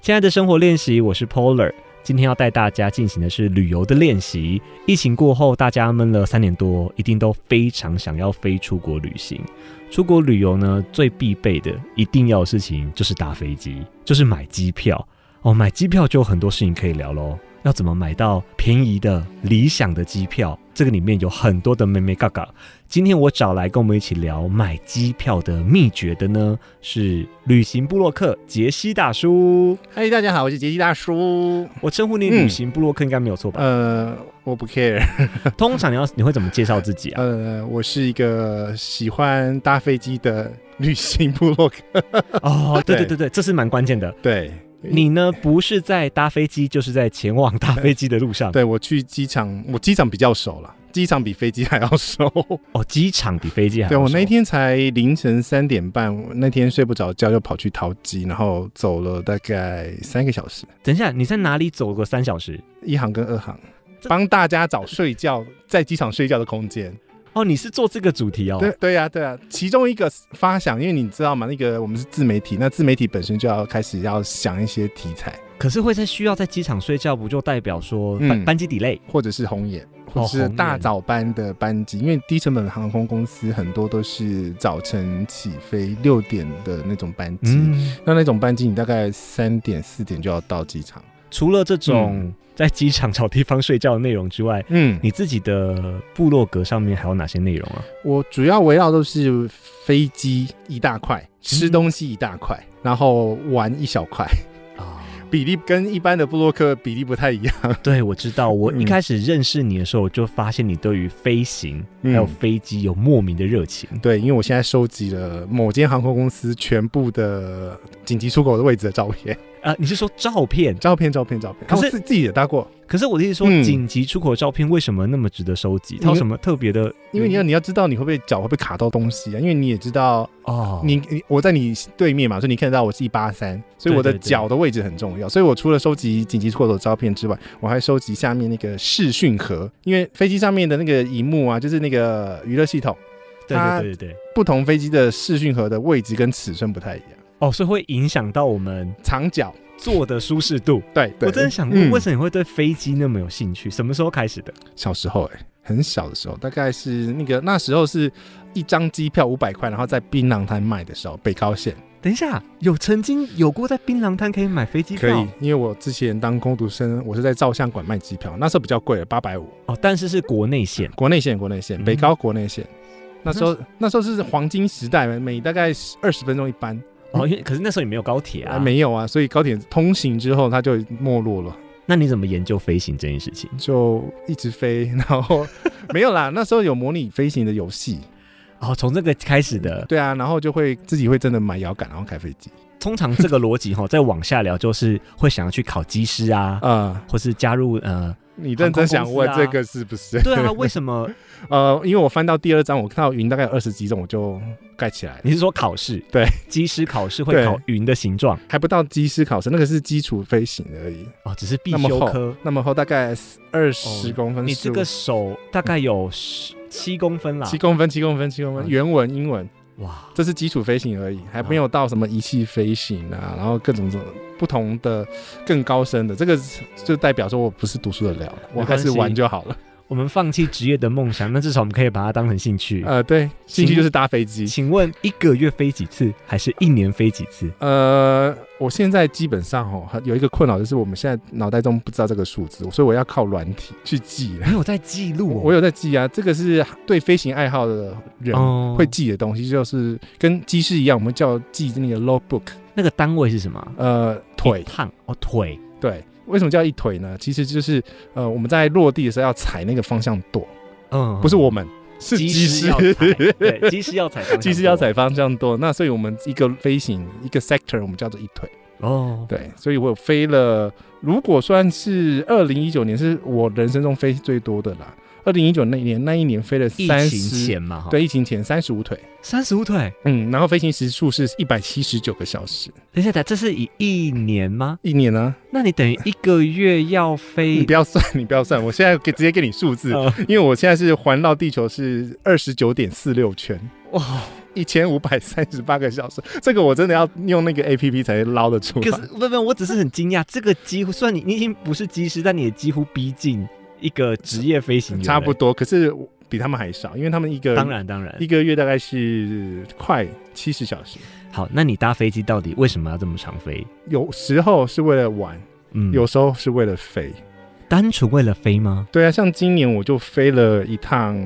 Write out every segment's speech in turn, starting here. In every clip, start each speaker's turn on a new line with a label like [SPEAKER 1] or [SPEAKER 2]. [SPEAKER 1] 现在的生活练习，我是 Polar。今天要带大家进行的是旅游的练习。疫情过后，大家闷了三年多，一定都非常想要飞出国旅行。出国旅游呢，最必备的一定要的事情就是搭飞机，就是买机票。哦，买机票就有很多事情可以聊喽。要怎么买到便宜的、理想的机票？这个里面有很多的妹妹嘎嘎。今天我找来跟我们一起聊买机票的秘诀的呢，是旅行部落客杰西大叔。
[SPEAKER 2] 嗨，大家好，我是杰西大叔。
[SPEAKER 1] 我称呼你
[SPEAKER 2] 嗯
[SPEAKER 1] 旅行部落客应该没有错吧？
[SPEAKER 2] 呃，我不 care。
[SPEAKER 1] 通常你要你会怎么介绍自 己啊？
[SPEAKER 2] 呃，我是一个喜欢搭飞机的旅行部落 客。
[SPEAKER 1] 哦，对对
[SPEAKER 2] 对
[SPEAKER 1] 对对，这是蛮关键的。
[SPEAKER 2] 对，
[SPEAKER 1] 你呢，不是在搭飞机，就是在前往搭飞机的路上。
[SPEAKER 2] 对我去机场，我机场比较熟了，机场比飞机还要熟。
[SPEAKER 1] 哦，机场比飞机还要
[SPEAKER 2] 对我
[SPEAKER 1] 熟
[SPEAKER 2] 那天才凌晨三点半，我那天睡不着觉，就跑去淘机，然后走了大概三个小时，
[SPEAKER 1] 等一下，你在哪里走过三小时？
[SPEAKER 2] 一行跟二行，
[SPEAKER 1] 这
[SPEAKER 2] 帮大家找睡觉在机场睡觉的空间。
[SPEAKER 1] 哦，你是做这个主题哦。
[SPEAKER 2] 对对呀、对呀、其中一个发想，因为你知道嘛，那个我们是自媒体，那自媒体本身就要开始要想一些题材，
[SPEAKER 1] 可是会在需要在机场睡觉，不就代表说
[SPEAKER 2] 嗯
[SPEAKER 1] 班、班机 delay？
[SPEAKER 2] 或者是红眼，或者
[SPEAKER 1] 哦红
[SPEAKER 2] 是
[SPEAKER 1] 眼
[SPEAKER 2] 大早班的班机，因为低成本航空公司很多都是早晨起飞六点的那种班机，
[SPEAKER 1] 嗯，
[SPEAKER 2] 那那种班机你大概三点四点就要到机场。
[SPEAKER 1] 除了这种在机场找地方睡觉的内容之外，
[SPEAKER 2] 嗯，
[SPEAKER 1] 你自己的部落格上面还有哪些内容啊？
[SPEAKER 2] 我主要围绕都是飞机一大块，
[SPEAKER 1] 嗯
[SPEAKER 2] 吃东西一大块，然后玩一小块，
[SPEAKER 1] 啊、
[SPEAKER 2] 比例跟一般的布洛克比例不太一样。
[SPEAKER 1] 对，我知道。我一
[SPEAKER 2] 嗯
[SPEAKER 1] 开始认识你的时候，我就发现你对于飞行还有
[SPEAKER 2] 嗯
[SPEAKER 1] 飞机有莫名的热情。
[SPEAKER 2] 对，因为我现在收集了某间航空公司全部的紧急出口的位置的照片，
[SPEAKER 1] 啊，你是说照片？
[SPEAKER 2] 照片，照片，照片。
[SPEAKER 1] 可
[SPEAKER 2] 可
[SPEAKER 1] 是
[SPEAKER 2] 是自自己也搭过，
[SPEAKER 1] 可是我的意思说，
[SPEAKER 2] 嗯
[SPEAKER 1] 紧急出口的照片为什么那么值得收集？
[SPEAKER 2] 因为
[SPEAKER 1] 它有什么特别的原因？
[SPEAKER 2] 因为你要你要知道你会不会脚会不会卡到东西啊？因为你也知道
[SPEAKER 1] 哦，
[SPEAKER 2] 你你我在你对面嘛，所以你看得到我是一八三，所以我的
[SPEAKER 1] 对对对
[SPEAKER 2] 脚的位置很重要。所以我除了收集紧急出口的照片之外，我还收集下面那个视讯盒，因为飞机上面的那个荧幕啊，就是那个娱乐系统，
[SPEAKER 1] 对
[SPEAKER 2] 它
[SPEAKER 1] 对对对对
[SPEAKER 2] 不同飞机的视讯盒的位置跟尺寸不太一样，
[SPEAKER 1] 哦，所以会影响到我们
[SPEAKER 2] 长角。
[SPEAKER 1] 坐的舒适度。
[SPEAKER 2] 对，对
[SPEAKER 1] 我真的想问，
[SPEAKER 2] 嗯
[SPEAKER 1] 为什么你会对飞机那么有兴趣？什么时候开始的？
[SPEAKER 2] 小时候、欸，很小的时候，大概是那个那时候是一张机票五百块，然后在槟榔摊卖的时候，北高线
[SPEAKER 1] 等一下，有曾经有过在槟榔摊可以买飞机
[SPEAKER 2] 可
[SPEAKER 1] 票
[SPEAKER 2] 以，因为我之前当工读生，我是在照相馆卖机票，那时候比较贵了，八百五，
[SPEAKER 1] 哦，但是是国内线。
[SPEAKER 2] 国内线，国内线，
[SPEAKER 1] 嗯
[SPEAKER 2] 北高国内线。那时候那时候是黄金时代，每大概二十分钟一班，
[SPEAKER 1] 哦，因为可是那时候也没有高铁啊，
[SPEAKER 2] 嗯啊、。没有啊，所以高铁通行之后它就没落了，
[SPEAKER 1] 那你怎么研究飞行这件事情？
[SPEAKER 2] 就一直飞，然后没有啦，那时候有模拟飞行的游戏，
[SPEAKER 1] 哦，从这个开始的，
[SPEAKER 2] 对啊，然后就会自己会真的买摇杆，然后开飞机，
[SPEAKER 1] 通常这个逻辑哈，再往下聊就是会想要去考机师啊，
[SPEAKER 2] 啊、
[SPEAKER 1] 或是加入 呃，
[SPEAKER 2] 你认真想问
[SPEAKER 1] 航空公司啊
[SPEAKER 2] 这个是不是？
[SPEAKER 1] 对啊，为什么？
[SPEAKER 2] 呃，因为我翻到第二章，我看到云大概有二十几种，我就盖起来了，
[SPEAKER 1] 你是说考试？
[SPEAKER 2] 对，
[SPEAKER 1] 机师考试会
[SPEAKER 2] 对
[SPEAKER 1] 考云的形状
[SPEAKER 2] 还不到机师考试，那个是基础飞行而已。
[SPEAKER 1] 哦，只是必
[SPEAKER 2] 那么
[SPEAKER 1] 修
[SPEAKER 2] 厚
[SPEAKER 1] 科。
[SPEAKER 2] 那么后大概二十公分，
[SPEAKER 1] 哦你这
[SPEAKER 2] 15
[SPEAKER 1] 个手大概有十七公分啦
[SPEAKER 2] 七，公分、七公分、七公分，
[SPEAKER 1] 嗯
[SPEAKER 2] 原文、英文，
[SPEAKER 1] 哇，
[SPEAKER 2] 这是基础飞行而已，
[SPEAKER 1] 哦
[SPEAKER 2] 还没有到什么仪器飞行啊，然后各种种不同的更高深的，这个就代表说我不是读书的料了，我
[SPEAKER 1] 没关
[SPEAKER 2] 还
[SPEAKER 1] 系
[SPEAKER 2] 是玩就好了。
[SPEAKER 1] 我们放弃职业的梦想，那至少我们可以把它当成兴趣。
[SPEAKER 2] 呃，对，兴趣就是搭飞机。
[SPEAKER 1] 请问一个月飞几次，还是一年飞几次？
[SPEAKER 2] 呃，我现在基本上哦，有一个困扰就是我们现在脑袋中不知道这个数字，所以我要靠软体去记。
[SPEAKER 1] 没有在记录、哦，
[SPEAKER 2] 我有在记啊，这个是对飞行爱好的人
[SPEAKER 1] 哦
[SPEAKER 2] 会记的东西，就是跟机师一样，我们叫记那个 logbook，
[SPEAKER 1] 那个单位是什么？
[SPEAKER 2] 呃，
[SPEAKER 1] 一
[SPEAKER 2] 腿，
[SPEAKER 1] 趟哦，腿
[SPEAKER 2] 对。为什么叫一腿呢？其实就是，呃，我们在落地的时候要踩那个方向舵，
[SPEAKER 1] 嗯，
[SPEAKER 2] 不是我们，是
[SPEAKER 1] 机
[SPEAKER 2] 机
[SPEAKER 1] 师
[SPEAKER 2] 师
[SPEAKER 1] 要，踩，对，机师要踩方向舵，
[SPEAKER 2] 机师要踩方向舵。那所以我们一个飞行一个 sector，我们叫做一腿。
[SPEAKER 1] 哦，
[SPEAKER 2] 对，所以我有飞了，如果算是二零一九年，是我人生中飞最多的啦。二零一九那一年，那一年飞了
[SPEAKER 1] 疫
[SPEAKER 2] 三
[SPEAKER 1] 情
[SPEAKER 2] 十，
[SPEAKER 1] 前嘛，哈，，
[SPEAKER 2] 对，疫情前三十五腿，
[SPEAKER 1] 三十五腿。
[SPEAKER 2] 嗯，然后飞行时速是一百七十九个小时，
[SPEAKER 1] 等一下，这是以一年吗？
[SPEAKER 2] 一年呢、
[SPEAKER 1] 那你等于一个月要
[SPEAKER 2] 你
[SPEAKER 1] 飞
[SPEAKER 2] 不要算，你不要算，我现在给直接给你数字，
[SPEAKER 1] 呃
[SPEAKER 2] 因为我现在是环绕地球是二十九点四六圈，
[SPEAKER 1] 哇，
[SPEAKER 2] 一千五百三十八个小时，这个我真的要用那个 A P P 才捞得出
[SPEAKER 1] 可
[SPEAKER 2] 来
[SPEAKER 1] 是。不不，我只是很惊讶，这个几乎虽然你你已经不是机师，但你也几乎逼近一个职业飞行员了，
[SPEAKER 2] 差不多，可是我比他们还少，因为他们一个
[SPEAKER 1] 当然当然
[SPEAKER 2] 一。个月大概是快七十小时，
[SPEAKER 1] 好，那你搭飞机到底为什么要这么长飞？
[SPEAKER 2] 有时候是为了玩，
[SPEAKER 1] 嗯，
[SPEAKER 2] 有时候是为了飞。
[SPEAKER 1] 单纯为了飞吗？
[SPEAKER 2] 对啊，像今年我就飞了一趟，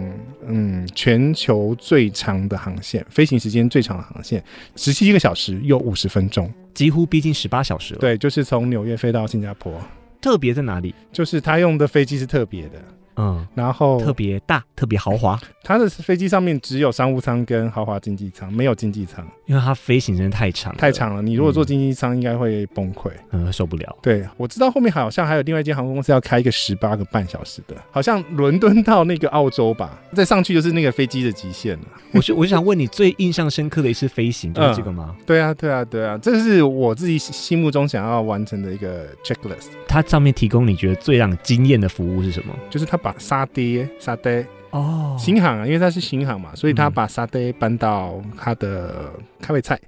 [SPEAKER 2] 嗯，全球最长的航线，飞行时间最长的航线，十七个小时又五十分钟。
[SPEAKER 1] 几乎逼近十八小时了。，
[SPEAKER 2] 对，就是从纽约飞到新加坡，
[SPEAKER 1] 特别在哪里？
[SPEAKER 2] 就是他用的飞机是特别的，
[SPEAKER 1] 嗯，
[SPEAKER 2] 然后
[SPEAKER 1] 特别大，特别豪华，
[SPEAKER 2] 他的飞机上面只有商务舱跟豪华经济舱，没有经济舱，
[SPEAKER 1] 因为它飞行真的太长，
[SPEAKER 2] 太，长了。你如果坐经济舱，应该会崩溃。
[SPEAKER 1] 嗯，受不了。
[SPEAKER 2] 对，我知道后面好像还有另外一间航空公司要开一个十八个半小时的，好像伦敦到那个澳洲吧，再上去就是那个飞机的极限了。
[SPEAKER 1] 我就我就想问你，最印象深刻的一次飞
[SPEAKER 2] 嗯
[SPEAKER 1] 行就是这个吗？
[SPEAKER 2] 对啊，对啊，对啊，这是我自己心目中想要完成的一个 checklist，
[SPEAKER 1] 它上面提供你觉得最让你惊艳的服务是什么？
[SPEAKER 2] 就是他把沙爹沙爹
[SPEAKER 1] 哦
[SPEAKER 2] 新航啊，因为它是新航嘛，所以他
[SPEAKER 1] 嗯
[SPEAKER 2] 把沙爹搬到他的开胃菜，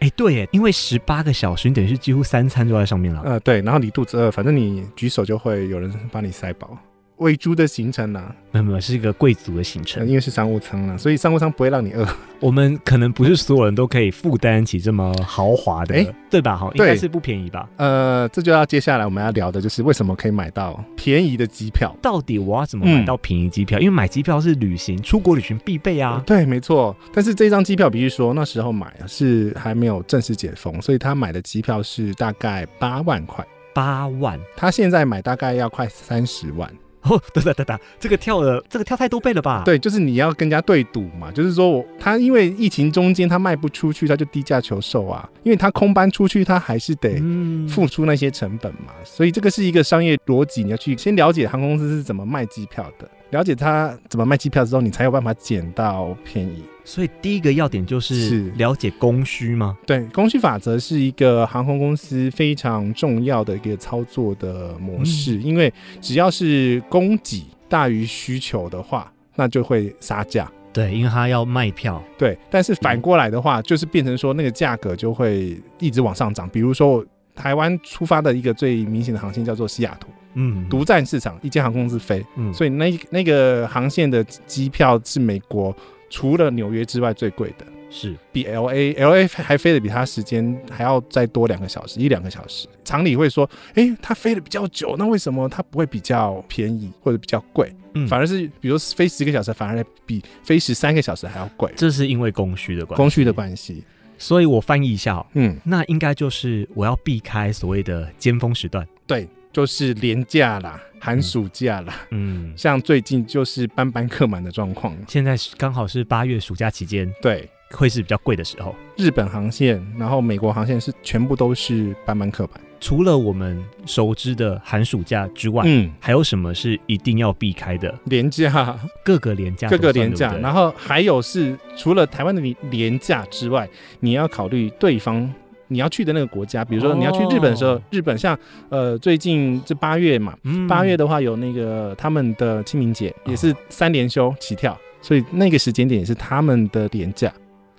[SPEAKER 1] 哎、对耶，因为十八个小时，你等于是几乎三餐都在上面了。
[SPEAKER 2] 呃，对，然后你肚子饿，反正你举手就会有人帮你塞饱。喂猪的行程啦、
[SPEAKER 1] 没有没有，是一个贵族的行
[SPEAKER 2] 呃
[SPEAKER 1] 程。
[SPEAKER 2] 因为是商务舱啦、所以商务舱不会让你饿。
[SPEAKER 1] 我们可能不是所有人都可以负担起这么豪华的，
[SPEAKER 2] 哎
[SPEAKER 1] 对吧？哈，应
[SPEAKER 2] 对
[SPEAKER 1] 该是不便宜吧？
[SPEAKER 2] 呃，这就要接下来我们要聊的就是为什么可以买到便宜的机票。
[SPEAKER 1] 到底我要怎么买
[SPEAKER 2] 嗯
[SPEAKER 1] 到便宜机票？因为买机票是旅行、出国旅行必备啊。
[SPEAKER 2] 对，没错。但是这张机票，比如说那时候买是还没有正式解封，所以他买的机票是大概八万块，
[SPEAKER 1] 八万
[SPEAKER 2] 他现在买大概要快三十万。
[SPEAKER 1] 哦，等等等等，这个跳了，这个跳太多倍了吧？，
[SPEAKER 2] 对，就是你要跟人家对赌嘛，就是说我他因为疫情中间他卖不出去，他就低价求售啊，因为他空搬出去，他还是得。
[SPEAKER 1] 嗯
[SPEAKER 2] 付出那些成本嘛，所以这个是一个商业逻辑，你要去先了解航空公司是怎么卖机票的，了解他怎么卖机票之后，你才有办法捡到便宜。
[SPEAKER 1] 所以第一个要点就是
[SPEAKER 2] 是
[SPEAKER 1] 了解供需吗？
[SPEAKER 2] 对，供需法则是一个航空公司非常重要的一个操作的模式，因为只要是供给大于需求的话，那就会杀价。
[SPEAKER 1] 对，因为他要卖票，
[SPEAKER 2] 对，但是反过来的话，就是变成说那个价格就会一直往上涨。比如说我台湾出发的一个最明显的航线叫做西雅图，
[SPEAKER 1] 嗯，
[SPEAKER 2] 独占市场，一间航空公司飞，
[SPEAKER 1] 嗯，
[SPEAKER 2] 所以那那个航线的机票是美国除了纽约之外最贵的。
[SPEAKER 1] 是
[SPEAKER 2] 比 L A L A 还飞的比他时间还要再多两个小时，一两个小时。常理会说，诶，他飞的比较久，那为什么他不会比较便宜或者比较贵？
[SPEAKER 1] 嗯
[SPEAKER 2] 反而是比如说飞十个小时，反而比飞十三个小时还要贵，
[SPEAKER 1] 这是因为供需的关系，
[SPEAKER 2] 供需的关系。
[SPEAKER 1] 所以我翻译一下、哦，
[SPEAKER 2] 嗯，
[SPEAKER 1] 那应该就是我要避开所谓的尖峰时段。
[SPEAKER 2] 对，就是廉价啦，寒暑假啦，
[SPEAKER 1] 嗯，
[SPEAKER 2] 像最近就是班班客满的状况。
[SPEAKER 1] 现在是刚好是八月暑假期间，
[SPEAKER 2] 对，
[SPEAKER 1] 会是比较贵的时候。
[SPEAKER 2] 日本航线，然后美国航线是全部都是班班客满。
[SPEAKER 1] 除了我们熟知的寒暑假之外，
[SPEAKER 2] 嗯，
[SPEAKER 1] 还有什么是一定要避开的？
[SPEAKER 2] 廉价。
[SPEAKER 1] 各个廉价都
[SPEAKER 2] 各
[SPEAKER 1] 算，
[SPEAKER 2] 个廉
[SPEAKER 1] 对
[SPEAKER 2] 价，
[SPEAKER 1] 不对
[SPEAKER 2] 然后还有是除了台湾的廉廉价之外，你要考虑对方你要去的那个国家，比如说
[SPEAKER 1] 哦
[SPEAKER 2] 你要去日本的时候，日本像呃最近这八月嘛，
[SPEAKER 1] 嗯
[SPEAKER 2] 八月的话有那个他们的清明节，
[SPEAKER 1] 哦
[SPEAKER 2] 也是三连休起跳，所以那个时间点也是他们的廉价，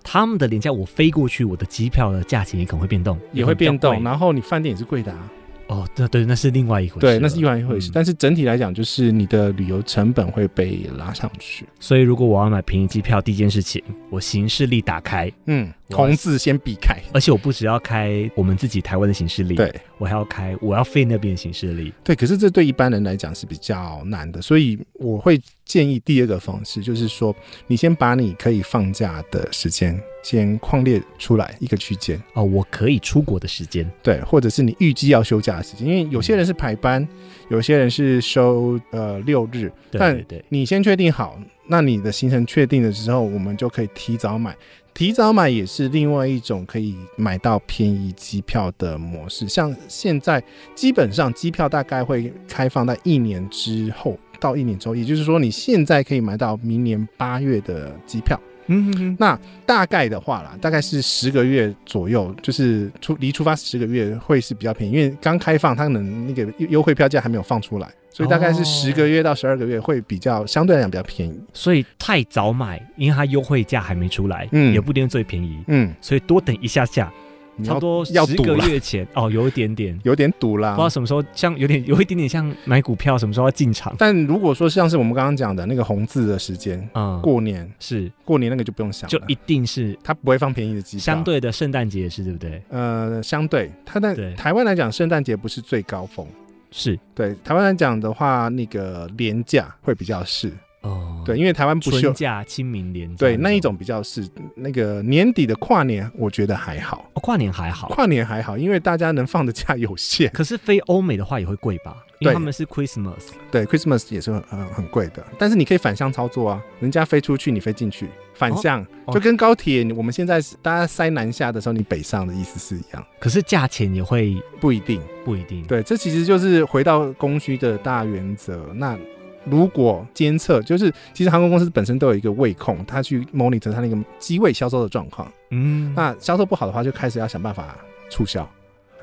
[SPEAKER 1] 他们的廉价，我飞过去，我的机票的价钱也可能会变动，
[SPEAKER 2] 也会变
[SPEAKER 1] 也
[SPEAKER 2] 动，
[SPEAKER 1] 比较
[SPEAKER 2] 然后你饭店也是贵的、啊，
[SPEAKER 1] 贵哦，对对，那是另外一回事了。
[SPEAKER 2] 对，那是一环一回事，
[SPEAKER 1] 嗯
[SPEAKER 2] 但是整体来讲，就是你的旅游成本会被拉上去，
[SPEAKER 1] 所以如果我要买便宜机票，第一件事情，我行事历打开，
[SPEAKER 2] 嗯，
[SPEAKER 1] 哇
[SPEAKER 2] 红字先避开，
[SPEAKER 1] 而且我不只要开我们自己台湾的行事历，
[SPEAKER 2] 对。
[SPEAKER 1] 我还要开我要飞那边的行事历。
[SPEAKER 2] 对，可是这对一般人来讲是比较难的，所以我会建议第二个方式，就是说，你先把你可以放假的时间先框列出来一个区间，
[SPEAKER 1] 哦，我可以出国的时间，
[SPEAKER 2] 对，或者是你预计要休假的时间，因为有些人是排班，有些人是休呃六日，
[SPEAKER 1] 对
[SPEAKER 2] 但
[SPEAKER 1] 对对，
[SPEAKER 2] 你先确定好，那你的行程确定的时候，我们就可以提早买。提早买也是另外一种可以买到便宜机票的模式。像现在基本上机票大概会开放在一年之后到一年之后，也就是说你现在可以买到明年八月的机票。
[SPEAKER 1] 嗯哼
[SPEAKER 2] 那大概的话
[SPEAKER 1] 嗯
[SPEAKER 2] 啦，大概是十个月左右，就是出离出发十个月会是比较便宜，因为刚开放，它可能那个优优惠票价还没有放出来，所以大概
[SPEAKER 1] 哦
[SPEAKER 2] 是十个月到十二个月会比较相对来讲比较便宜。
[SPEAKER 1] 所以太早买，因为它优惠价还没出来，
[SPEAKER 2] 嗯
[SPEAKER 1] 也不一定最便宜，
[SPEAKER 2] 嗯，
[SPEAKER 1] 所以多等一下下，
[SPEAKER 2] 你
[SPEAKER 1] 差不
[SPEAKER 2] 要
[SPEAKER 1] 多
[SPEAKER 2] 要
[SPEAKER 1] 十
[SPEAKER 2] 赌啊
[SPEAKER 1] 个
[SPEAKER 2] 啦，
[SPEAKER 1] 月前哦，有一点 点，
[SPEAKER 2] 嗯有点赌啦
[SPEAKER 1] 不知。道什么时候像有点有一点点像买股票什么时候要进场，
[SPEAKER 2] 但如果说像是我们刚刚讲的那个红字的时间，
[SPEAKER 1] 嗯，
[SPEAKER 2] 过啊年
[SPEAKER 1] 是
[SPEAKER 2] 过年那个就不用想
[SPEAKER 1] 就
[SPEAKER 2] 了
[SPEAKER 1] 一，定是
[SPEAKER 2] 它不会放便宜的机票。
[SPEAKER 1] 相对的圣诞节也是对不对？
[SPEAKER 2] 呃，相对它
[SPEAKER 1] 对
[SPEAKER 2] 在台湾来讲，圣诞节不是最高峰。
[SPEAKER 1] 是
[SPEAKER 2] 对台湾来讲的话，那个廉价会比较是，
[SPEAKER 1] 哦，
[SPEAKER 2] 对，，因为台湾不休
[SPEAKER 1] 春，假、清明连假
[SPEAKER 2] 对那一种比较是那个年底的跨年，我觉得还好，
[SPEAKER 1] 哦，跨年还好，
[SPEAKER 2] 跨年还好，因为大家能放的假有 限。
[SPEAKER 1] 可是非欧美的话也会贵吧？因为
[SPEAKER 2] 对
[SPEAKER 1] 他们是 Christmas
[SPEAKER 2] 对，Christmas 也是很很很贵的，但是你可以反向操作啊，人家飞出去，你飞进去，反向、
[SPEAKER 1] 哦
[SPEAKER 2] 就跟高铁，你我们现在是大家塞南下的时候，你北上的意思是一样，
[SPEAKER 1] 可是价钱也会
[SPEAKER 2] 不一定。
[SPEAKER 1] 不一定。，
[SPEAKER 2] 对，这其实就是回到供需的大原则。那如果监测，就是其实航空公司本身都有一个位控，它去 monitor 它那个机位销售的状况。
[SPEAKER 1] 嗯，
[SPEAKER 2] 那销售不好的话，就开始要想办法促销。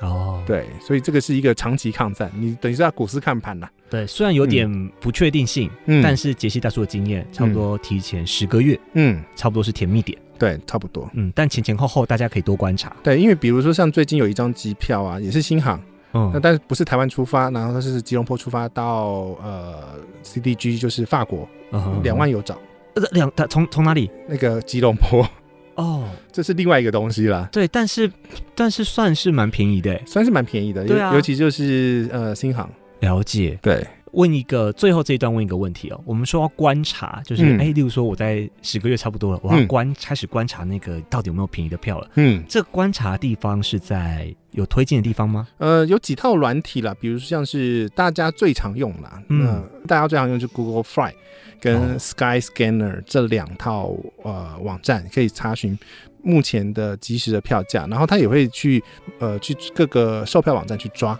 [SPEAKER 1] 哦，
[SPEAKER 2] 对，所以这个是一个长期抗战，你等于是要股市看盘啦。
[SPEAKER 1] 对，虽然有点不确定性，
[SPEAKER 2] 嗯，
[SPEAKER 1] 但是杰西大叔的经验差不多提前十个月，
[SPEAKER 2] 嗯，
[SPEAKER 1] 差不多是甜蜜点。
[SPEAKER 2] 对，差不多。
[SPEAKER 1] 嗯，但前前后后大家可以多观察。
[SPEAKER 2] 对，因为比如说像最近有一张机票啊，也是新航，
[SPEAKER 1] 嗯
[SPEAKER 2] 那但是不是台湾出发，然后它是吉隆坡出发到呃 CDG，就是法国，
[SPEAKER 1] 嗯哼
[SPEAKER 2] 两万有找
[SPEAKER 1] 呃两，他从从哪里？
[SPEAKER 2] 那个吉隆坡，
[SPEAKER 1] 哦，
[SPEAKER 2] 这是另外一个东西啦。
[SPEAKER 1] 对，但是但是算是蛮便宜的。欸
[SPEAKER 2] 算是蛮便宜的，尤
[SPEAKER 1] 对啊
[SPEAKER 2] 尤其就是呃新航，
[SPEAKER 1] 了解。
[SPEAKER 2] 对，
[SPEAKER 1] 问一个最后这一段问一个问题哦，我们说要观察，就是哎、
[SPEAKER 2] 嗯
[SPEAKER 1] 例如说我在十个月差不多了，我要
[SPEAKER 2] 嗯
[SPEAKER 1] 观、开始观察那个到底有没有便宜的票了。
[SPEAKER 2] 嗯，
[SPEAKER 1] 这个观察的地方是在有推荐的地方吗？
[SPEAKER 2] 呃，有几套软体啦，比如像是大家最常用啦，
[SPEAKER 1] 嗯
[SPEAKER 2] 嗯、大家最常用就是 Google Fly
[SPEAKER 1] 哦
[SPEAKER 2] 跟 Sky Scanner 这两套呃网站可以查询目前的即时的票价，然后它也会去呃去各个售票网站去抓，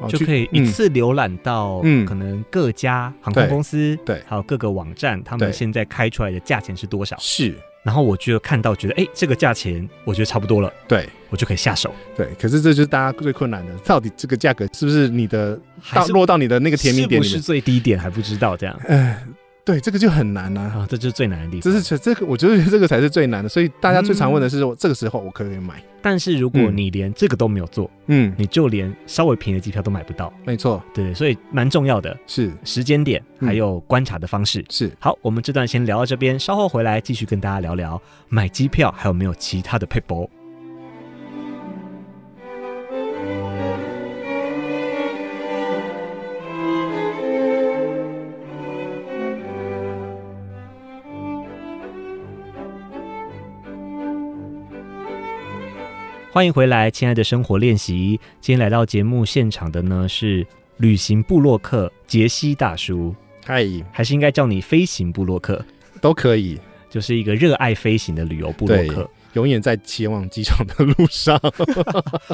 [SPEAKER 2] 哦
[SPEAKER 1] 就
[SPEAKER 2] 去
[SPEAKER 1] 可以一次浏览到
[SPEAKER 2] 嗯
[SPEAKER 1] 可能各家航空公司
[SPEAKER 2] 对对
[SPEAKER 1] 还有各个网站他们
[SPEAKER 2] 对
[SPEAKER 1] 现在开出来的价钱是多少，
[SPEAKER 2] 是，
[SPEAKER 1] 然后我就看到觉得哎、这个价钱我觉得差不多了，
[SPEAKER 2] 对
[SPEAKER 1] 我就可以下手。
[SPEAKER 2] 对，可是这就是大家最困难的，到底这个价格是不是你的
[SPEAKER 1] 还
[SPEAKER 2] 到
[SPEAKER 1] 是
[SPEAKER 2] 落到你的那个甜蜜点里
[SPEAKER 1] 是不是
[SPEAKER 2] 面？
[SPEAKER 1] 最低点还不知道这样
[SPEAKER 2] 哎，对，这个就很难啊。
[SPEAKER 1] 啊？这就是最难的地方。
[SPEAKER 2] 这是这个，我觉得这个才是最难的，所以大家最常问的是，我这个时候我可不可以买？
[SPEAKER 1] 但是如果
[SPEAKER 2] 嗯
[SPEAKER 1] 你连这个都没有做，
[SPEAKER 2] 嗯，
[SPEAKER 1] 你就连稍微便宜的机票都买不到，
[SPEAKER 2] 没错，
[SPEAKER 1] 对，所以蛮重要的
[SPEAKER 2] 是
[SPEAKER 1] 时间点
[SPEAKER 2] 嗯
[SPEAKER 1] 还有观察的方式。
[SPEAKER 2] 是，
[SPEAKER 1] 好，我们这段先聊到这边，稍后回来继续跟大家聊聊买机票还有没有其他的配博。欢迎回来，亲爱的生活练习。今天来到节目现场的呢是旅行部落客杰西大叔，
[SPEAKER 2] 嗨，
[SPEAKER 1] 还是应该叫你飞行部落客，
[SPEAKER 2] 都可以，
[SPEAKER 1] 就是一个热爱飞行的旅游部落客，
[SPEAKER 2] 永远在前往机场的路 上。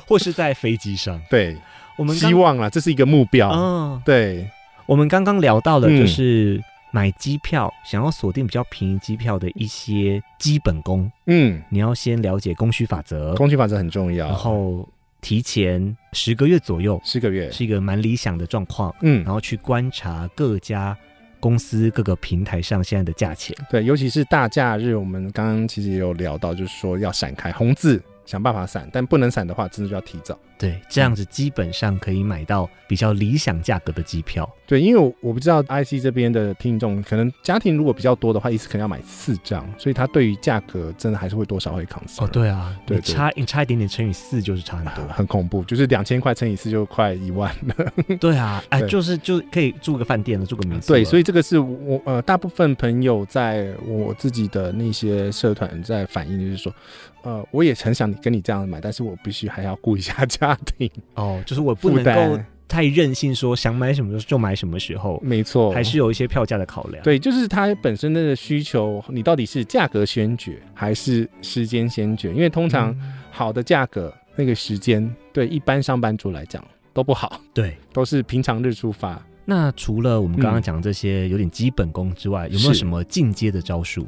[SPEAKER 1] 或是在飞机上。
[SPEAKER 2] 对，
[SPEAKER 1] 我们刚
[SPEAKER 2] 希望啦，这是一个目标。
[SPEAKER 1] 哦，
[SPEAKER 2] 对，
[SPEAKER 1] 我们刚刚聊到了，
[SPEAKER 2] 嗯
[SPEAKER 1] 就是买机票、想要锁定比较便宜机票的一些基本功，
[SPEAKER 2] 嗯，
[SPEAKER 1] 你要先了解供需法则，
[SPEAKER 2] 空气法则很重
[SPEAKER 1] 然
[SPEAKER 2] 要，
[SPEAKER 1] 后提前十个月左右
[SPEAKER 2] 十个月，
[SPEAKER 1] 是一个蛮理想的状况，
[SPEAKER 2] 嗯
[SPEAKER 1] 然，后去观察各家。公司各个平台上现在的价钱，
[SPEAKER 2] 对，尤其是大假日，我们刚刚其实也有聊到，就是说要闪开红字，想办法闪，但不能闪的话，真的就要提早。
[SPEAKER 1] 对，这样子基本上可以买到比较理想价格的机票。
[SPEAKER 2] 对，因为我我不知道 IC 这边的听众，可能家庭如果比较多的话，一次可能要买四张，所以他对于价格真的还是会多少会 concern。
[SPEAKER 1] 哦，，对啊，
[SPEAKER 2] 嗯对
[SPEAKER 1] 你
[SPEAKER 2] 对
[SPEAKER 1] 差你差一点点乘以四就是差很多。啊
[SPEAKER 2] 很恐怖，就是两千块乘以四就快一万了。
[SPEAKER 1] 对啊，哎，
[SPEAKER 2] 对
[SPEAKER 1] 就是就可以住个饭店了，住个民宿了。
[SPEAKER 2] 对，
[SPEAKER 1] 以
[SPEAKER 2] 所以这个是我呃大部分朋友在我自己的那些社团在反映，就是说，呃，我也很想跟你这样买，但是我必须还要顾一下家庭
[SPEAKER 1] 哦，就是我不
[SPEAKER 2] 负
[SPEAKER 1] 能够
[SPEAKER 2] 担。
[SPEAKER 1] 太任性，说想买什么就买什么时候，
[SPEAKER 2] 没错，
[SPEAKER 1] 还是有一些票价的考量。，
[SPEAKER 2] 哦对，就是它本身的需求，你到底是价格先决还是时间先决？因为通
[SPEAKER 1] 嗯
[SPEAKER 2] 常好的价格，那个时间对一般上班族来讲都不好，
[SPEAKER 1] 对。
[SPEAKER 2] 都是平常日出发。嗯
[SPEAKER 1] 那除了我们刚刚讲这些有点基本功之外，有没有
[SPEAKER 2] 是
[SPEAKER 1] 什么进阶的招数？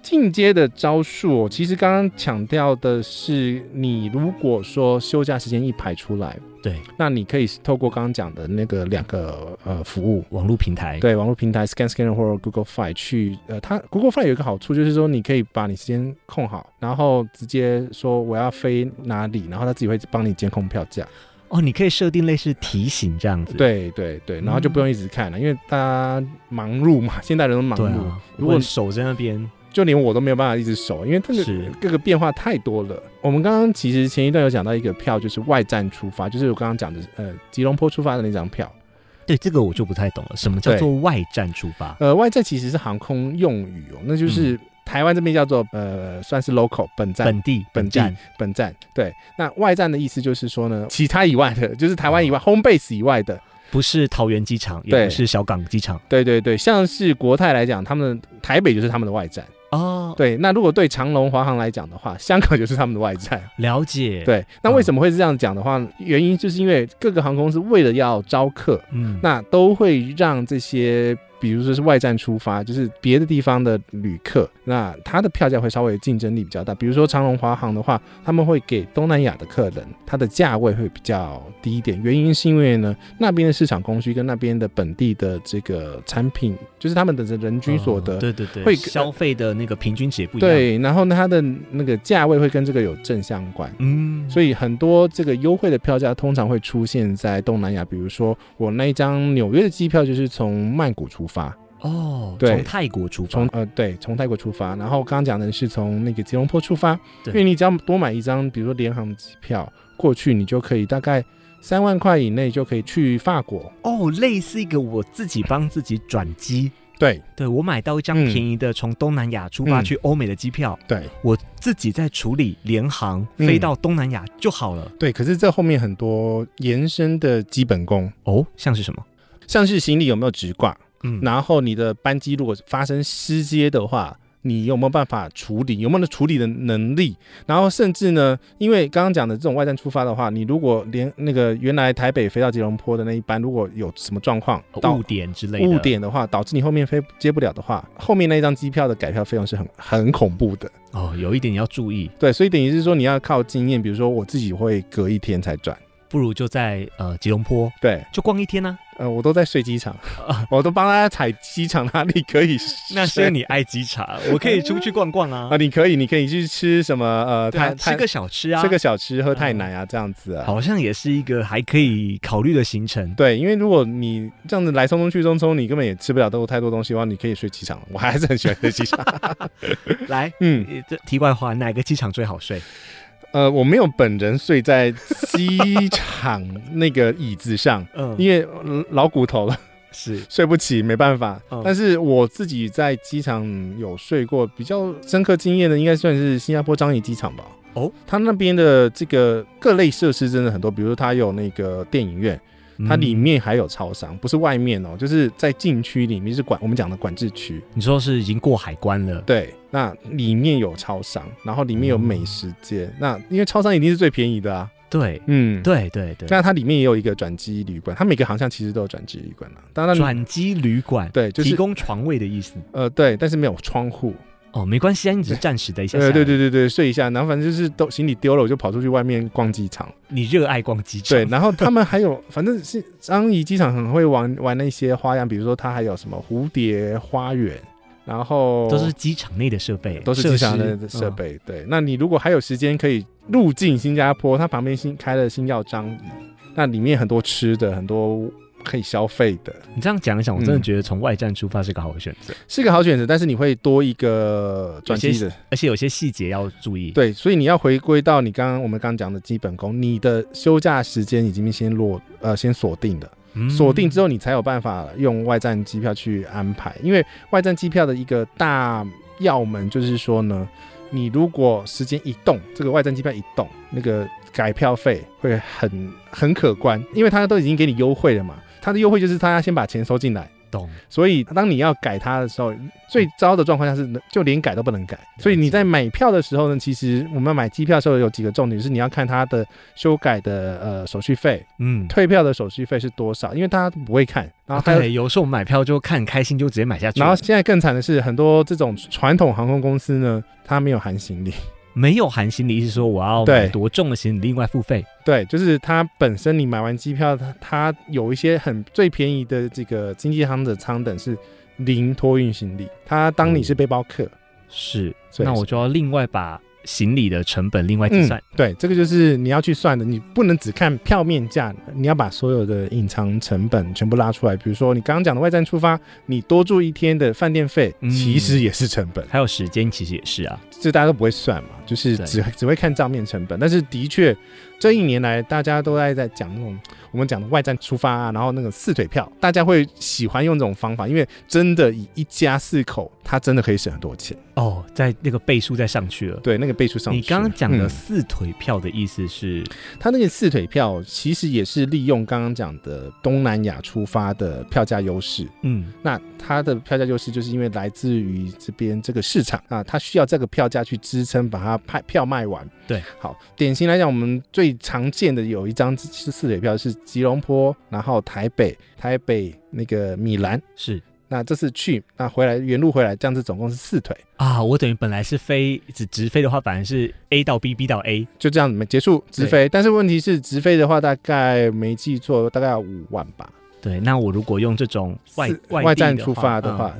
[SPEAKER 2] 进阶的招数哦，其实刚刚强调的是，你如果说休假时间一排出来，
[SPEAKER 1] 对，
[SPEAKER 2] 那你可以透过刚刚讲的那个两个呃服务，
[SPEAKER 1] 网络平台，
[SPEAKER 2] 对，网络平台 Scan Scanner 或者 Google Fi 去，呃，它 Google Fi 有一个好处就是说，你可以把你时间控好，然后直接说我要飞哪里，然后它自己会帮你监控票价。
[SPEAKER 1] 哦，你可以设定类似提醒这样子，，
[SPEAKER 2] 对对对，然后就不用一直看了，因为大家忙碌嘛，现代人都忙
[SPEAKER 1] 对
[SPEAKER 2] 碌，
[SPEAKER 1] 啊，
[SPEAKER 2] 如
[SPEAKER 1] 如
[SPEAKER 2] 果
[SPEAKER 1] 果守在那边，
[SPEAKER 2] 就连我都没有办法一直守，因为这个
[SPEAKER 1] 是
[SPEAKER 2] 各个变化太多了。我们刚刚其实前一段有讲到一个票，就是外站出发，就是我刚刚讲的呃吉隆坡出发的那张票。
[SPEAKER 1] 对这个我就不太懂了，什么叫
[SPEAKER 2] 对
[SPEAKER 1] 做外站出发？
[SPEAKER 2] 呃，外站其实是航空用语哦，那就是台湾这边叫做呃算是 local 本站。
[SPEAKER 1] 嗯本地
[SPEAKER 2] 本地
[SPEAKER 1] 站
[SPEAKER 2] 本站对，那外站的意思就是说呢，其他以外的， 就是台湾以
[SPEAKER 1] 哦
[SPEAKER 2] 外、home base 以外的，
[SPEAKER 1] 不是桃园机场，也
[SPEAKER 2] 对
[SPEAKER 1] 不是小港机场
[SPEAKER 2] 对对对，像是国泰来讲，他们的台北就是他们的外站，
[SPEAKER 1] 哦，
[SPEAKER 2] 对。那如果对长龙、华航来讲的话，香港就是他们的外站，
[SPEAKER 1] 了解，，
[SPEAKER 2] 对，那
[SPEAKER 1] 嗯
[SPEAKER 2] 为什么会是这样讲的话？原因就是因为各个航空公司为了要招客，
[SPEAKER 1] 嗯，
[SPEAKER 2] 那都会让这些，比如说是外站出发，就是别的地方的旅客，那它的票价会稍微竞争力比较大。比如说长龙、华航的话，他们会给东南亚的客人，它的价位会比较低一点。原因是因为呢，那边的市场供需跟那边的本地的这个产品，就是他们的人均所得
[SPEAKER 1] 哦对对对，
[SPEAKER 2] 会
[SPEAKER 1] 消费的那个平均值也不一样，，
[SPEAKER 2] 对，然后呢，它的那个价位会跟这个有正相关。
[SPEAKER 1] 嗯，
[SPEAKER 2] 所以很多这个优惠的票价通常会出现在东南亚，比如说我那一张纽约的机票就是从曼谷出发，
[SPEAKER 1] 哦，
[SPEAKER 2] 对
[SPEAKER 1] 从泰国出
[SPEAKER 2] 从
[SPEAKER 1] 发，
[SPEAKER 2] 呃对，从泰国出发，然后刚刚讲的是从那个吉隆坡出发，
[SPEAKER 1] 对
[SPEAKER 2] 因为你只要多买一张，比如说联航机票过去，你就可以大概三万块以内就可以去法国。
[SPEAKER 1] 哦，类似一个我自己帮自己转机。
[SPEAKER 2] 对
[SPEAKER 1] 对我买到一张
[SPEAKER 2] 嗯
[SPEAKER 1] 便宜的从东南亚出发
[SPEAKER 2] 嗯
[SPEAKER 1] 去欧美的机票，
[SPEAKER 2] 对
[SPEAKER 1] 我自己在处理联航
[SPEAKER 2] 嗯
[SPEAKER 1] 飞到东南亚就好了。
[SPEAKER 2] 对，可是这后面很多延伸的基本功，
[SPEAKER 1] 哦，像是什么？
[SPEAKER 2] 像是行李有没有直挂，
[SPEAKER 1] 嗯，
[SPEAKER 2] 然后你的班机如果发生失接的话，你有没有办法处理？有没有处理的能力？然后甚至呢，因为刚刚讲的这种外站出发的话，你如果连那个原来台北飞到吉隆坡的那一班，如果有什么状况到
[SPEAKER 1] 哦误点之类的
[SPEAKER 2] 误，点哦的话，导致你后面飞接不了的话，后面那一张机票的改票费用是很很恐怖的。
[SPEAKER 1] 哦，有一点要注意，
[SPEAKER 2] 对，所以等于是说你要靠经验，比如说我自己会隔一天才转。
[SPEAKER 1] 不如就在呃吉隆坡
[SPEAKER 2] 对，
[SPEAKER 1] 就逛一天啊呢、
[SPEAKER 2] 呃，我都在睡机 场，
[SPEAKER 1] 啊。
[SPEAKER 2] 我都帮大家踩机场哪里可以
[SPEAKER 1] 那是
[SPEAKER 2] 睡
[SPEAKER 1] 因为你爱机场，我可以出去逛逛啊
[SPEAKER 2] 啊，，你可以，你可以去吃什么？呃，
[SPEAKER 1] 对啊，
[SPEAKER 2] 泰
[SPEAKER 1] 吃
[SPEAKER 2] 泰
[SPEAKER 1] 个小吃啊，
[SPEAKER 2] 吃个小吃，喝泰奶啊，这样子啊。
[SPEAKER 1] 好像也是一个还可以考虑的行程。
[SPEAKER 2] 对，因为如果你这样子来匆匆去匆匆，你根本也吃不了都太多东西的话，你可以睡机场。我还是很喜欢 睡机场。
[SPEAKER 1] 来，
[SPEAKER 2] 嗯，
[SPEAKER 1] 呃这题外话，哪个机场最好睡？
[SPEAKER 2] 呃，我没有本人睡在机场那个椅子上，
[SPEAKER 1] 嗯，
[SPEAKER 2] 因为呃老骨头了，
[SPEAKER 1] 是
[SPEAKER 2] 睡不起，没办法
[SPEAKER 1] 嗯。
[SPEAKER 2] 但是我自己在机场有睡过，比较深刻经验的应该算是新加坡樟宜机场吧。
[SPEAKER 1] 哦，
[SPEAKER 2] 它那边的这个各类设施真的很多，比如说它有那个电影院。
[SPEAKER 1] 嗯
[SPEAKER 2] 它里、面还有超商，不是外面哦，就是在禁区里面是管我们讲的管制区。
[SPEAKER 1] 嗯你说是已经过海关了，
[SPEAKER 2] 对，那里面有超商，然后里面有美
[SPEAKER 1] 哦
[SPEAKER 2] 食街。那因为超商一定是最便宜的啊，
[SPEAKER 1] 对
[SPEAKER 2] 嗯，。
[SPEAKER 1] 对对对，
[SPEAKER 2] 那它里面也有一个转机旅馆，它每个航向其实都有转机旅馆啊。当然，
[SPEAKER 1] 转机旅馆，
[SPEAKER 2] 对，就
[SPEAKER 1] 提
[SPEAKER 2] 是
[SPEAKER 1] 供床位的意思。
[SPEAKER 2] 呃对，但是没有窗户。
[SPEAKER 1] 哦，没关系啊，你只是暂时的一下下。
[SPEAKER 2] 呃，对对，对对，睡一下，然后反正就是都行李丢了，我就跑出去外面逛机场。
[SPEAKER 1] 你热爱逛机场。
[SPEAKER 2] 对，然后他们还有，反正是张仪机场很会玩玩那些花样，比如说它还有什么蝴蝶花园，然后
[SPEAKER 1] 都是机场内的设备，
[SPEAKER 2] 都是机场
[SPEAKER 1] 设
[SPEAKER 2] 的
[SPEAKER 1] 施嗯
[SPEAKER 2] 设。备。对，那你如果还有时间可以入境新加坡，它旁边新开了新药张仪，那里面很多吃的，很多可以消费的，
[SPEAKER 1] 嗯你这样讲一讲，我真的
[SPEAKER 2] 嗯
[SPEAKER 1] 觉得从外站出发是个好的选择，
[SPEAKER 2] 是个好选择。但是你会多一个转机的，
[SPEAKER 1] 而且有些细节要注意。，
[SPEAKER 2] 对，所以你要回归到你刚刚我们刚刚讲的基本功，你的休假时间已经先落呃先锁定了。
[SPEAKER 1] 嗯
[SPEAKER 2] 锁定之
[SPEAKER 1] 后，
[SPEAKER 2] 后，你才有办法用外站机票去安排。因为外站机票的一个大要门就是说呢，你如果时间一动，这个外站机票一动，那个改票费会很很可观，因为他都已经给你优惠了嘛。他的优惠就是他要先把钱收进来，
[SPEAKER 1] 懂，
[SPEAKER 2] 所以当你要改它的时候，最糟的状况下是就连改都不能改。所以你在买票的时候呢，其实我们买机票的时候有几个重点，就是你要看它的修改的呃手续费、
[SPEAKER 1] 嗯，
[SPEAKER 2] 退票的手续费是多少，因为大家不会看。然
[SPEAKER 1] 啊
[SPEAKER 2] 后还有，
[SPEAKER 1] 对，有时候买票就看开心就直接买下去，
[SPEAKER 2] 然后现在更惨的是，很多这种传统航空公司呢，它没有含行李。
[SPEAKER 1] 没有含行李，意思说我要
[SPEAKER 2] 对
[SPEAKER 1] 买多重的行李另外付费，
[SPEAKER 2] 对，就是它本身你买完机票，它它有一些很最便宜的这个经济舱的舱等是零托运行李，它当你是背包客，
[SPEAKER 1] 是，
[SPEAKER 2] 所以
[SPEAKER 1] 那我就要另外把行李的成本另外计
[SPEAKER 2] 嗯
[SPEAKER 1] 算，，
[SPEAKER 2] 对，这个就是你要去算的，你不能只看票面价，你要把所有的隐藏成本全部拉出来。比如说你刚刚讲的外站出发，你多住一天的饭店费，
[SPEAKER 1] 嗯
[SPEAKER 2] 其实也是成本，
[SPEAKER 1] 还有时间其实也是啊，
[SPEAKER 2] 这大家都不会算嘛，就是
[SPEAKER 1] 对
[SPEAKER 2] 只只会看账面成本。但是的确，这一年来大家都在在讲那种我们讲的外站出发啊，然后那个四腿票，大家会喜欢用这种方法，因为真的以一家四口，他真的可以省很多钱。
[SPEAKER 1] 哦，在那个倍数再上去了。
[SPEAKER 2] 对，那个倍数上去。
[SPEAKER 1] 你刚刚讲的
[SPEAKER 2] 嗯
[SPEAKER 1] 四腿票的意思是，
[SPEAKER 2] 它那个四腿票其实也是利用刚刚讲的东南亚出发的票价优势。
[SPEAKER 1] 嗯，
[SPEAKER 2] 那它的票价优势就是因为来自于这边这个市场啊，它需要这个票价去支撑，把它派票卖完。
[SPEAKER 1] 对，
[SPEAKER 2] 好，典型来讲，我们最常见的有一张是四腿票，是吉隆坡，然后台北，台北那个米兰。
[SPEAKER 1] 是
[SPEAKER 2] 那这次去，那回来原路回来，这样子总共是四腿，
[SPEAKER 1] 啊，我等于本来是飞只直飞的话，反而是 A 到 B，B 到 A，
[SPEAKER 2] 就这样子结束直飞。但是问题是，直飞的话，大概没记错，大概要五万吧。
[SPEAKER 1] 对，那我如果用这种外
[SPEAKER 2] 四
[SPEAKER 1] 外
[SPEAKER 2] 外
[SPEAKER 1] 地嗯
[SPEAKER 2] 站出发
[SPEAKER 1] 的
[SPEAKER 2] 的
[SPEAKER 1] 话，
[SPEAKER 2] 话，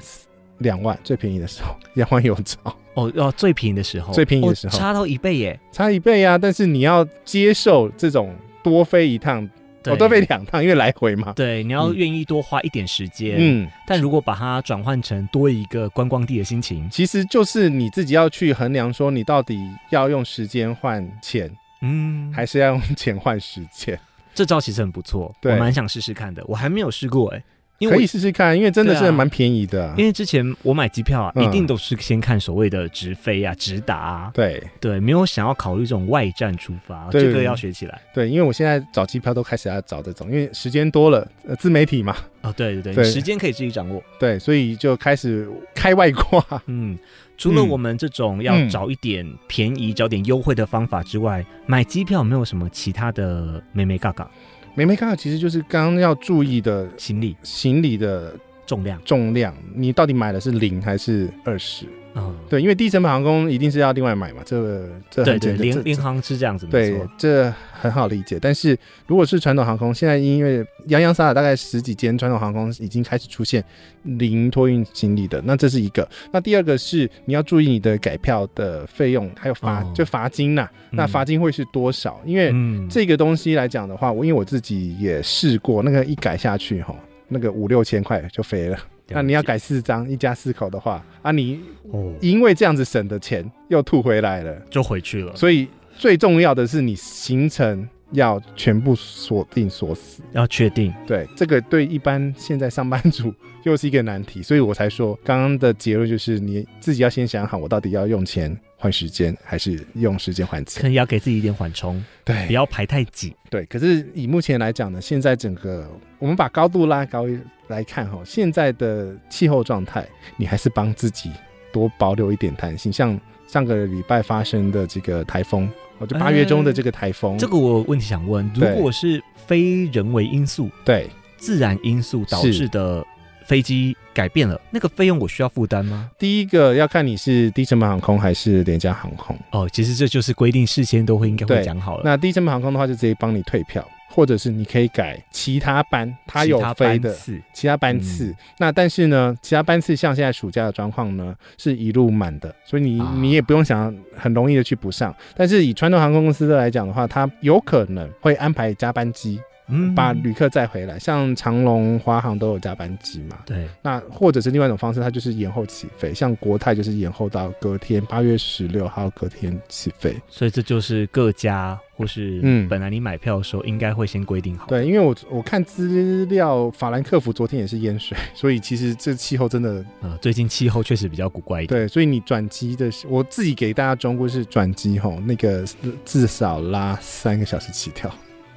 [SPEAKER 2] 两、万最便宜的时候，两万有找，
[SPEAKER 1] 嗯哦哦，最便宜的时候，
[SPEAKER 2] 最便宜的时候
[SPEAKER 1] 哦差到一倍耶，
[SPEAKER 2] 差一倍啊！但是你要接受这种多飞一趟，
[SPEAKER 1] 对，
[SPEAKER 2] 哦，多飞两趟，因为来回嘛。
[SPEAKER 1] 对，你要
[SPEAKER 2] 嗯
[SPEAKER 1] 愿意多花一点时间，
[SPEAKER 2] 嗯，
[SPEAKER 1] 但如果把它转换成多一个观光地的心情，
[SPEAKER 2] 其实就是你自己要去衡量，说你到底要用时间换钱，
[SPEAKER 1] 嗯，
[SPEAKER 2] 还是要用钱换时间？
[SPEAKER 1] 这招其实很不错，我
[SPEAKER 2] 对
[SPEAKER 1] 蛮想试试看的，我还没有试过哎，因为
[SPEAKER 2] 可
[SPEAKER 1] 我
[SPEAKER 2] 以试试看，因为真的
[SPEAKER 1] 对
[SPEAKER 2] 是
[SPEAKER 1] 啊
[SPEAKER 2] 蛮便宜的啊、
[SPEAKER 1] 因为之前我买机票啊，
[SPEAKER 2] 嗯
[SPEAKER 1] 一定都是先看所谓的直飞啊、直达啊，
[SPEAKER 2] 对
[SPEAKER 1] 对，没有想要考虑这种外站出发，
[SPEAKER 2] 对
[SPEAKER 1] 这个要学起来
[SPEAKER 2] 对，因为我现在找机票都开始要找这种，因为时间多了，呃，自媒体嘛，
[SPEAKER 1] 哦，对对对，
[SPEAKER 2] 对
[SPEAKER 1] 时间可以自己掌握。
[SPEAKER 2] 对，所以就开始开外挂。
[SPEAKER 1] 嗯，除了
[SPEAKER 2] 嗯
[SPEAKER 1] 我们这种要
[SPEAKER 2] 嗯
[SPEAKER 1] 找一点便宜、找点优惠的方法之外，买机票有没有什么其他的妹妹嘎嘎
[SPEAKER 2] 美美卡其实就是刚刚要注意的
[SPEAKER 1] 行李
[SPEAKER 2] 行李的
[SPEAKER 1] 重量？
[SPEAKER 2] 重量，你到底买的是零还是二十？
[SPEAKER 1] 嗯，
[SPEAKER 2] 对，因为低成本航空一定是要另外买嘛，这个这
[SPEAKER 1] 对
[SPEAKER 2] 很
[SPEAKER 1] 对，
[SPEAKER 2] 简单，
[SPEAKER 1] 联
[SPEAKER 2] 这
[SPEAKER 1] 联航是这样子，没
[SPEAKER 2] 对
[SPEAKER 1] 错。，
[SPEAKER 2] 这很好理解。但是如果是传统航空，现在因为洋洋洒洒大概十几间传统航空已经开始出现零托运行李的，那这是一个。那第二个是你要注意你的改票的费用，还有罚、
[SPEAKER 1] 哦
[SPEAKER 2] 就罚金呐、那
[SPEAKER 1] 嗯
[SPEAKER 2] 罚金会是多少？因为
[SPEAKER 1] 嗯，
[SPEAKER 2] 这个东西来讲的话，我因为我自己也试过，那个一改下去哈，那个五六千块就飞了。那你要
[SPEAKER 1] 了解
[SPEAKER 2] 改四张，一家四口的话，啊，你
[SPEAKER 1] 哦，
[SPEAKER 2] 因为这样子省的钱又吐回来了，
[SPEAKER 1] 就回去了，
[SPEAKER 2] 所以最重要的是你行程要全部锁定锁死。
[SPEAKER 1] 要确定
[SPEAKER 2] 对，这个对一般现在上班族又是一个难题，所以我才说刚刚的结论就是你自己要先想好，我到底要用钱换时间，还是用时间换
[SPEAKER 1] 可
[SPEAKER 2] 钱？
[SPEAKER 1] 能也要给自己一点缓冲，
[SPEAKER 2] 对
[SPEAKER 1] 不，要排太紧。
[SPEAKER 2] 对，可是以目前来讲呢，现在整个我们把高度拉高一来看哈，现在的气候状态，你还是帮自己多保留一点弹性。像上个礼拜发生的这个台风，哦，就八月中的这个台风，
[SPEAKER 1] 哎这个我有问题想问，如
[SPEAKER 2] 嗯对
[SPEAKER 1] 果是非人为因素、
[SPEAKER 2] 对，
[SPEAKER 1] 自然因素导致
[SPEAKER 2] 是
[SPEAKER 1] 的飞机改变了，那个费用我需要负担吗？
[SPEAKER 2] 第一个要看你是低成本航空还是廉价航空。
[SPEAKER 1] 哦，其实这就是规定，事先都会应该会
[SPEAKER 2] 对
[SPEAKER 1] 讲好了。
[SPEAKER 2] 那低成本航空的话，就直接帮你退票，或者是你可以改其他班，它
[SPEAKER 1] 其
[SPEAKER 2] 有
[SPEAKER 1] 他
[SPEAKER 2] 飞
[SPEAKER 1] 班
[SPEAKER 2] 的。
[SPEAKER 1] 次
[SPEAKER 2] 其他班次。
[SPEAKER 1] 嗯
[SPEAKER 2] 那但是呢，其他班次像现在暑假的状况呢，是一路满的，所以你、
[SPEAKER 1] 啊
[SPEAKER 2] 你也不用想很容易的去补上。但是以传统航空公司的来讲的话，它有可能会安排加班机，
[SPEAKER 1] 嗯
[SPEAKER 2] 把旅客载回来。像长龙、华航都有加班机嘛。
[SPEAKER 1] 对
[SPEAKER 2] 那或者是另外一种方式，它就是延后起飞，像国泰就是延后到隔天八月十六号隔天起飞。
[SPEAKER 1] 所以这就是各家或是
[SPEAKER 2] 嗯
[SPEAKER 1] 本来你买票的时候应该会先规定好。
[SPEAKER 2] 对，因为我我看资料，法兰克福昨天也是淹水，所以其实这气候真的
[SPEAKER 1] 呃，最近气候确实比较古怪一点。
[SPEAKER 2] 对，所以你转机的时，我自己给大家中估是转机吼，那个至少拉三个小时起跳。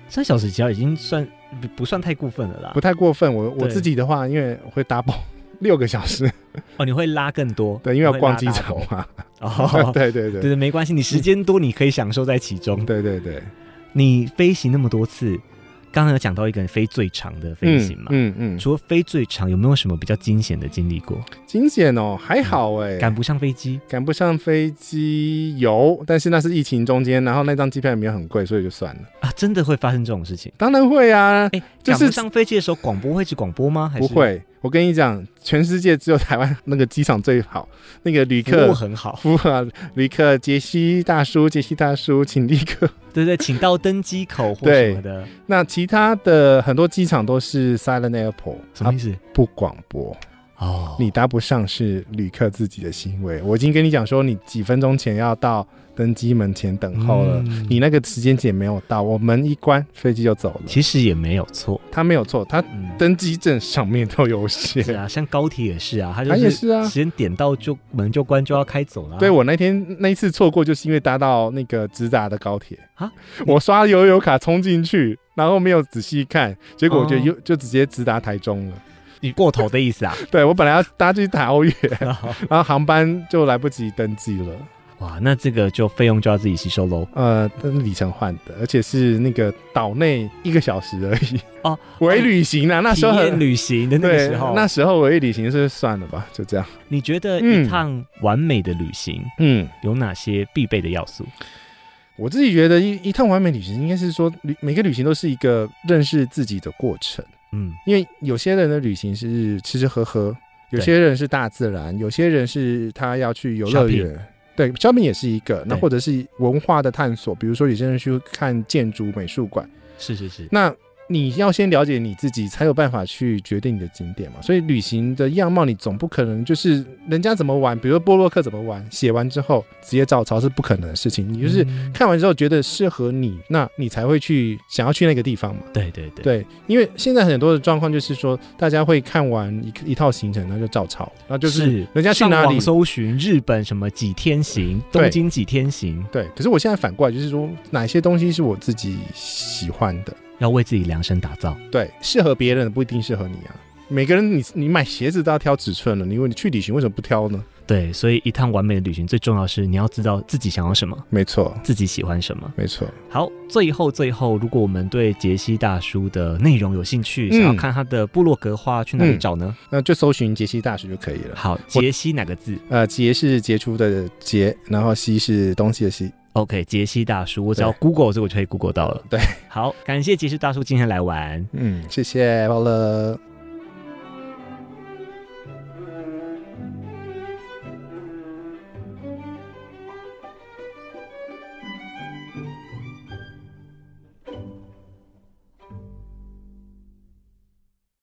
[SPEAKER 1] 三小时其实已经算不不算太过分了啦
[SPEAKER 2] 不。太过分。我
[SPEAKER 1] 啊
[SPEAKER 2] 我
[SPEAKER 1] 对
[SPEAKER 2] 自己的话，因为我会 double 六个小时，
[SPEAKER 1] 哦，你会拉更多，
[SPEAKER 2] 对，因为要
[SPEAKER 1] 你会
[SPEAKER 2] 逛
[SPEAKER 1] 拉
[SPEAKER 2] 机
[SPEAKER 1] 大
[SPEAKER 2] 场
[SPEAKER 1] 头
[SPEAKER 2] 嘛。。
[SPEAKER 1] 哦
[SPEAKER 2] 对对对
[SPEAKER 1] 对对，没关系，你时间多，你可以享受在其中。
[SPEAKER 2] 对对对，
[SPEAKER 1] 你飞行那么多次，刚刚有讲到一个人飞最长的飞行嘛？
[SPEAKER 2] 嗯嗯，嗯
[SPEAKER 1] 除了飞最长，有没有什么比较惊险的经历过？
[SPEAKER 2] 惊险哦，还好哎，
[SPEAKER 1] 赶不上飞机，
[SPEAKER 2] 赶不上飞机有，但是那是疫情中间，然后那张机票也没有很贵，所以就算了。
[SPEAKER 1] 啊，真的会发生这种事情？
[SPEAKER 2] 当然会啊，
[SPEAKER 1] 哎，
[SPEAKER 2] 就
[SPEAKER 1] 赶
[SPEAKER 2] 是
[SPEAKER 1] 不上飞机的时候，广播会一直广播吗？还
[SPEAKER 2] 不
[SPEAKER 1] 是，
[SPEAKER 2] 会。我跟你讲，全世界只有台湾那个机场最好，那个旅
[SPEAKER 1] 服务
[SPEAKER 2] 客。
[SPEAKER 1] 很好。
[SPEAKER 2] 服务 啊，旅客杰西大叔，杰西大叔，请立刻。
[SPEAKER 1] 对对，请到登机口或
[SPEAKER 2] 对
[SPEAKER 1] 什么的，
[SPEAKER 2] 那其他的很多机场都是 silent airport，
[SPEAKER 1] 什么
[SPEAKER 2] 它
[SPEAKER 1] 意思？
[SPEAKER 2] 不广播，
[SPEAKER 1] 哦，
[SPEAKER 2] 啊你搭不上是旅客自己的行为。我已经跟你讲说，你几分钟前要到登机门前等候了，
[SPEAKER 1] 嗯
[SPEAKER 2] 你那个时间点没有到，我门一关，飞机就走了。
[SPEAKER 1] 其实也没有错，
[SPEAKER 2] 他没有错，他
[SPEAKER 1] 嗯，
[SPEAKER 2] 登机证上面都 有
[SPEAKER 1] 是
[SPEAKER 2] 写。
[SPEAKER 1] 啊，像高铁也是啊，它就
[SPEAKER 2] 它也是啊
[SPEAKER 1] 时间点到就门就关就要开走了啊。
[SPEAKER 2] 对我那天那一次错过，就是因为搭到那个直达的高铁
[SPEAKER 1] 啊，
[SPEAKER 2] 我刷悠游卡冲进去，然后没有仔细看，结果我就
[SPEAKER 1] 哦
[SPEAKER 2] 又、就直接直达台中了。
[SPEAKER 1] 你过头的意思啊？
[SPEAKER 2] 对我本来要搭去桃园，
[SPEAKER 1] 哦
[SPEAKER 2] 然后航班就来不及登记了，
[SPEAKER 1] 哇，那这个就费用就要自己吸收喽。
[SPEAKER 2] 呃，但是里程换的，而且是那个岛内一个小时而已
[SPEAKER 1] 哦，
[SPEAKER 2] 伪旅行啊，那
[SPEAKER 1] 体
[SPEAKER 2] 时候
[SPEAKER 1] 验
[SPEAKER 2] 很。
[SPEAKER 1] 旅行的那个
[SPEAKER 2] 对
[SPEAKER 1] 时候，，
[SPEAKER 2] 那时候伪旅行是算了吧，就这样。
[SPEAKER 1] 你觉得
[SPEAKER 2] 嗯
[SPEAKER 1] 一趟完美的旅行
[SPEAKER 2] 嗯，
[SPEAKER 1] 有哪些必备的要素？
[SPEAKER 2] 我自己觉得一一趟完美旅行，应该是说旅每个旅行都是一个认识自己的过程，
[SPEAKER 1] 嗯，
[SPEAKER 2] 因为有些人的旅行是吃吃喝喝，有些人是大自然，有些人是他要去游乐园。对，shopping 也是一个，那
[SPEAKER 1] 对
[SPEAKER 2] 或者是文化的探索，比如说有些人去看建筑美术馆，
[SPEAKER 1] 是是是，
[SPEAKER 2] 那你要先了解你自己，才有办法去决定你的景点嘛。所以旅行的样貌，你总不可能就是人家怎么玩，比如说波洛克怎么玩，写完之后直接照抄是不可能的事情，你就是
[SPEAKER 1] 嗯
[SPEAKER 2] 看完之后觉得适合你，那你才会去想要去那个地方嘛。
[SPEAKER 1] 对对对，
[SPEAKER 2] 对，因为现在很多的状况就是说，大家会看完一一套行程，然后就照抄，然后就是人家去
[SPEAKER 1] 上
[SPEAKER 2] 哪里
[SPEAKER 1] 网。搜寻日本什么几天行，
[SPEAKER 2] 对
[SPEAKER 1] 东京几天行，
[SPEAKER 2] 对，可是我现在反过来就是说，哪些东西是我自己喜欢的，
[SPEAKER 1] 要为自己量身打造。
[SPEAKER 2] 对，适合别人的不一定适合你啊。每个人你你买鞋子都要挑尺寸了，你问你去旅行为什么不挑呢？
[SPEAKER 1] 对，所以一趟完美的旅行最重要的是你要知道自己想要什么，
[SPEAKER 2] 没错，
[SPEAKER 1] 自己喜欢什么。
[SPEAKER 2] 没错，
[SPEAKER 1] 好，最后最后，如果我们对杰西大叔的内容有兴趣，想
[SPEAKER 2] 嗯
[SPEAKER 1] 要看他的部落格话，去哪里找呢？
[SPEAKER 2] 那就搜寻杰西大学就可以了。
[SPEAKER 1] 好，杰西哪个字
[SPEAKER 2] 呃，杰是杰出的杰，然后西是东西的西。
[SPEAKER 1] ？OK，杰西大叔，我只要
[SPEAKER 2] 对
[SPEAKER 1] Google 这个我就可以 Google 到了。
[SPEAKER 2] 对，
[SPEAKER 1] 好，感谢杰西大叔今天来玩。
[SPEAKER 2] 嗯，谢谢，好了。